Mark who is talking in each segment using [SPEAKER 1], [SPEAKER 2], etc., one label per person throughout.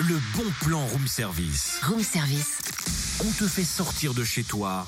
[SPEAKER 1] Le bon plan room service.
[SPEAKER 2] Room service.
[SPEAKER 1] On te fait sortir de chez toi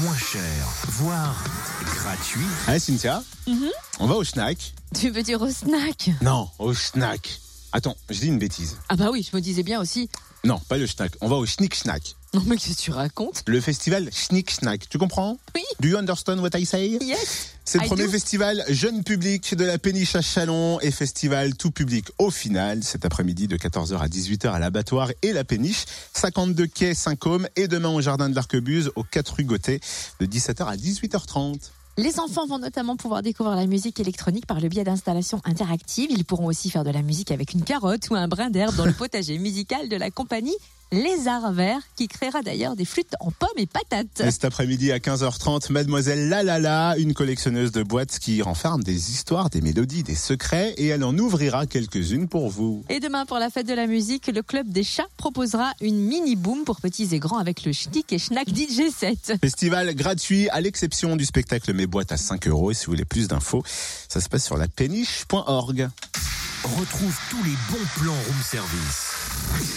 [SPEAKER 1] moins cher, voire gratuit.
[SPEAKER 3] Hein, Cynthia
[SPEAKER 4] Mhm.
[SPEAKER 3] On va au snack
[SPEAKER 4] Tu veux dire au snack
[SPEAKER 3] Non, au snack. Attends, je dis une bêtise.
[SPEAKER 4] Ah bah oui, je me disais bien aussi.
[SPEAKER 3] Non, pas le snack. On va au schnick snack.
[SPEAKER 4] Non mais qu'est-ce que tu racontes
[SPEAKER 3] Le festival schnick snack. Tu comprends
[SPEAKER 4] Oui.
[SPEAKER 3] Do you understand what I say
[SPEAKER 4] Yes
[SPEAKER 3] C'est le
[SPEAKER 4] I
[SPEAKER 3] premier
[SPEAKER 4] do.
[SPEAKER 3] festival jeune public de la péniche à Chalon et festival tout public au final cet après-midi de 14h à 18h à l'abattoir et la péniche 52 quai Saint-Côme et demain au jardin de l'Arquebuse au 4 rue Gauthier de 17h à 18h30.
[SPEAKER 4] Les enfants vont notamment pouvoir découvrir la musique électronique par le biais d'installations interactives. Ils pourront aussi faire de la musique avec une carotte ou un brin d'herbe dans le potager musical de la compagnie Les Arts Verts, qui créera d'ailleurs des flûtes en pommes et patates.
[SPEAKER 3] Et cet après-midi à 15h30, Mademoiselle Lalala, une collectionneuse de boîtes qui renferme des histoires, des mélodies, des secrets, et elle en ouvrira quelques-unes pour vous.
[SPEAKER 4] Et demain, pour la fête de la musique, le Club des Chats proposera une mini-boom pour petits et grands avec le Schnick et Schnack DJ 7.
[SPEAKER 3] Festival gratuit, à l'exception du spectacle Mes boîtes à 5 euros, et si vous voulez plus d'infos, ça se passe sur la péniche.org.
[SPEAKER 1] Retrouve tous les bons plans room service.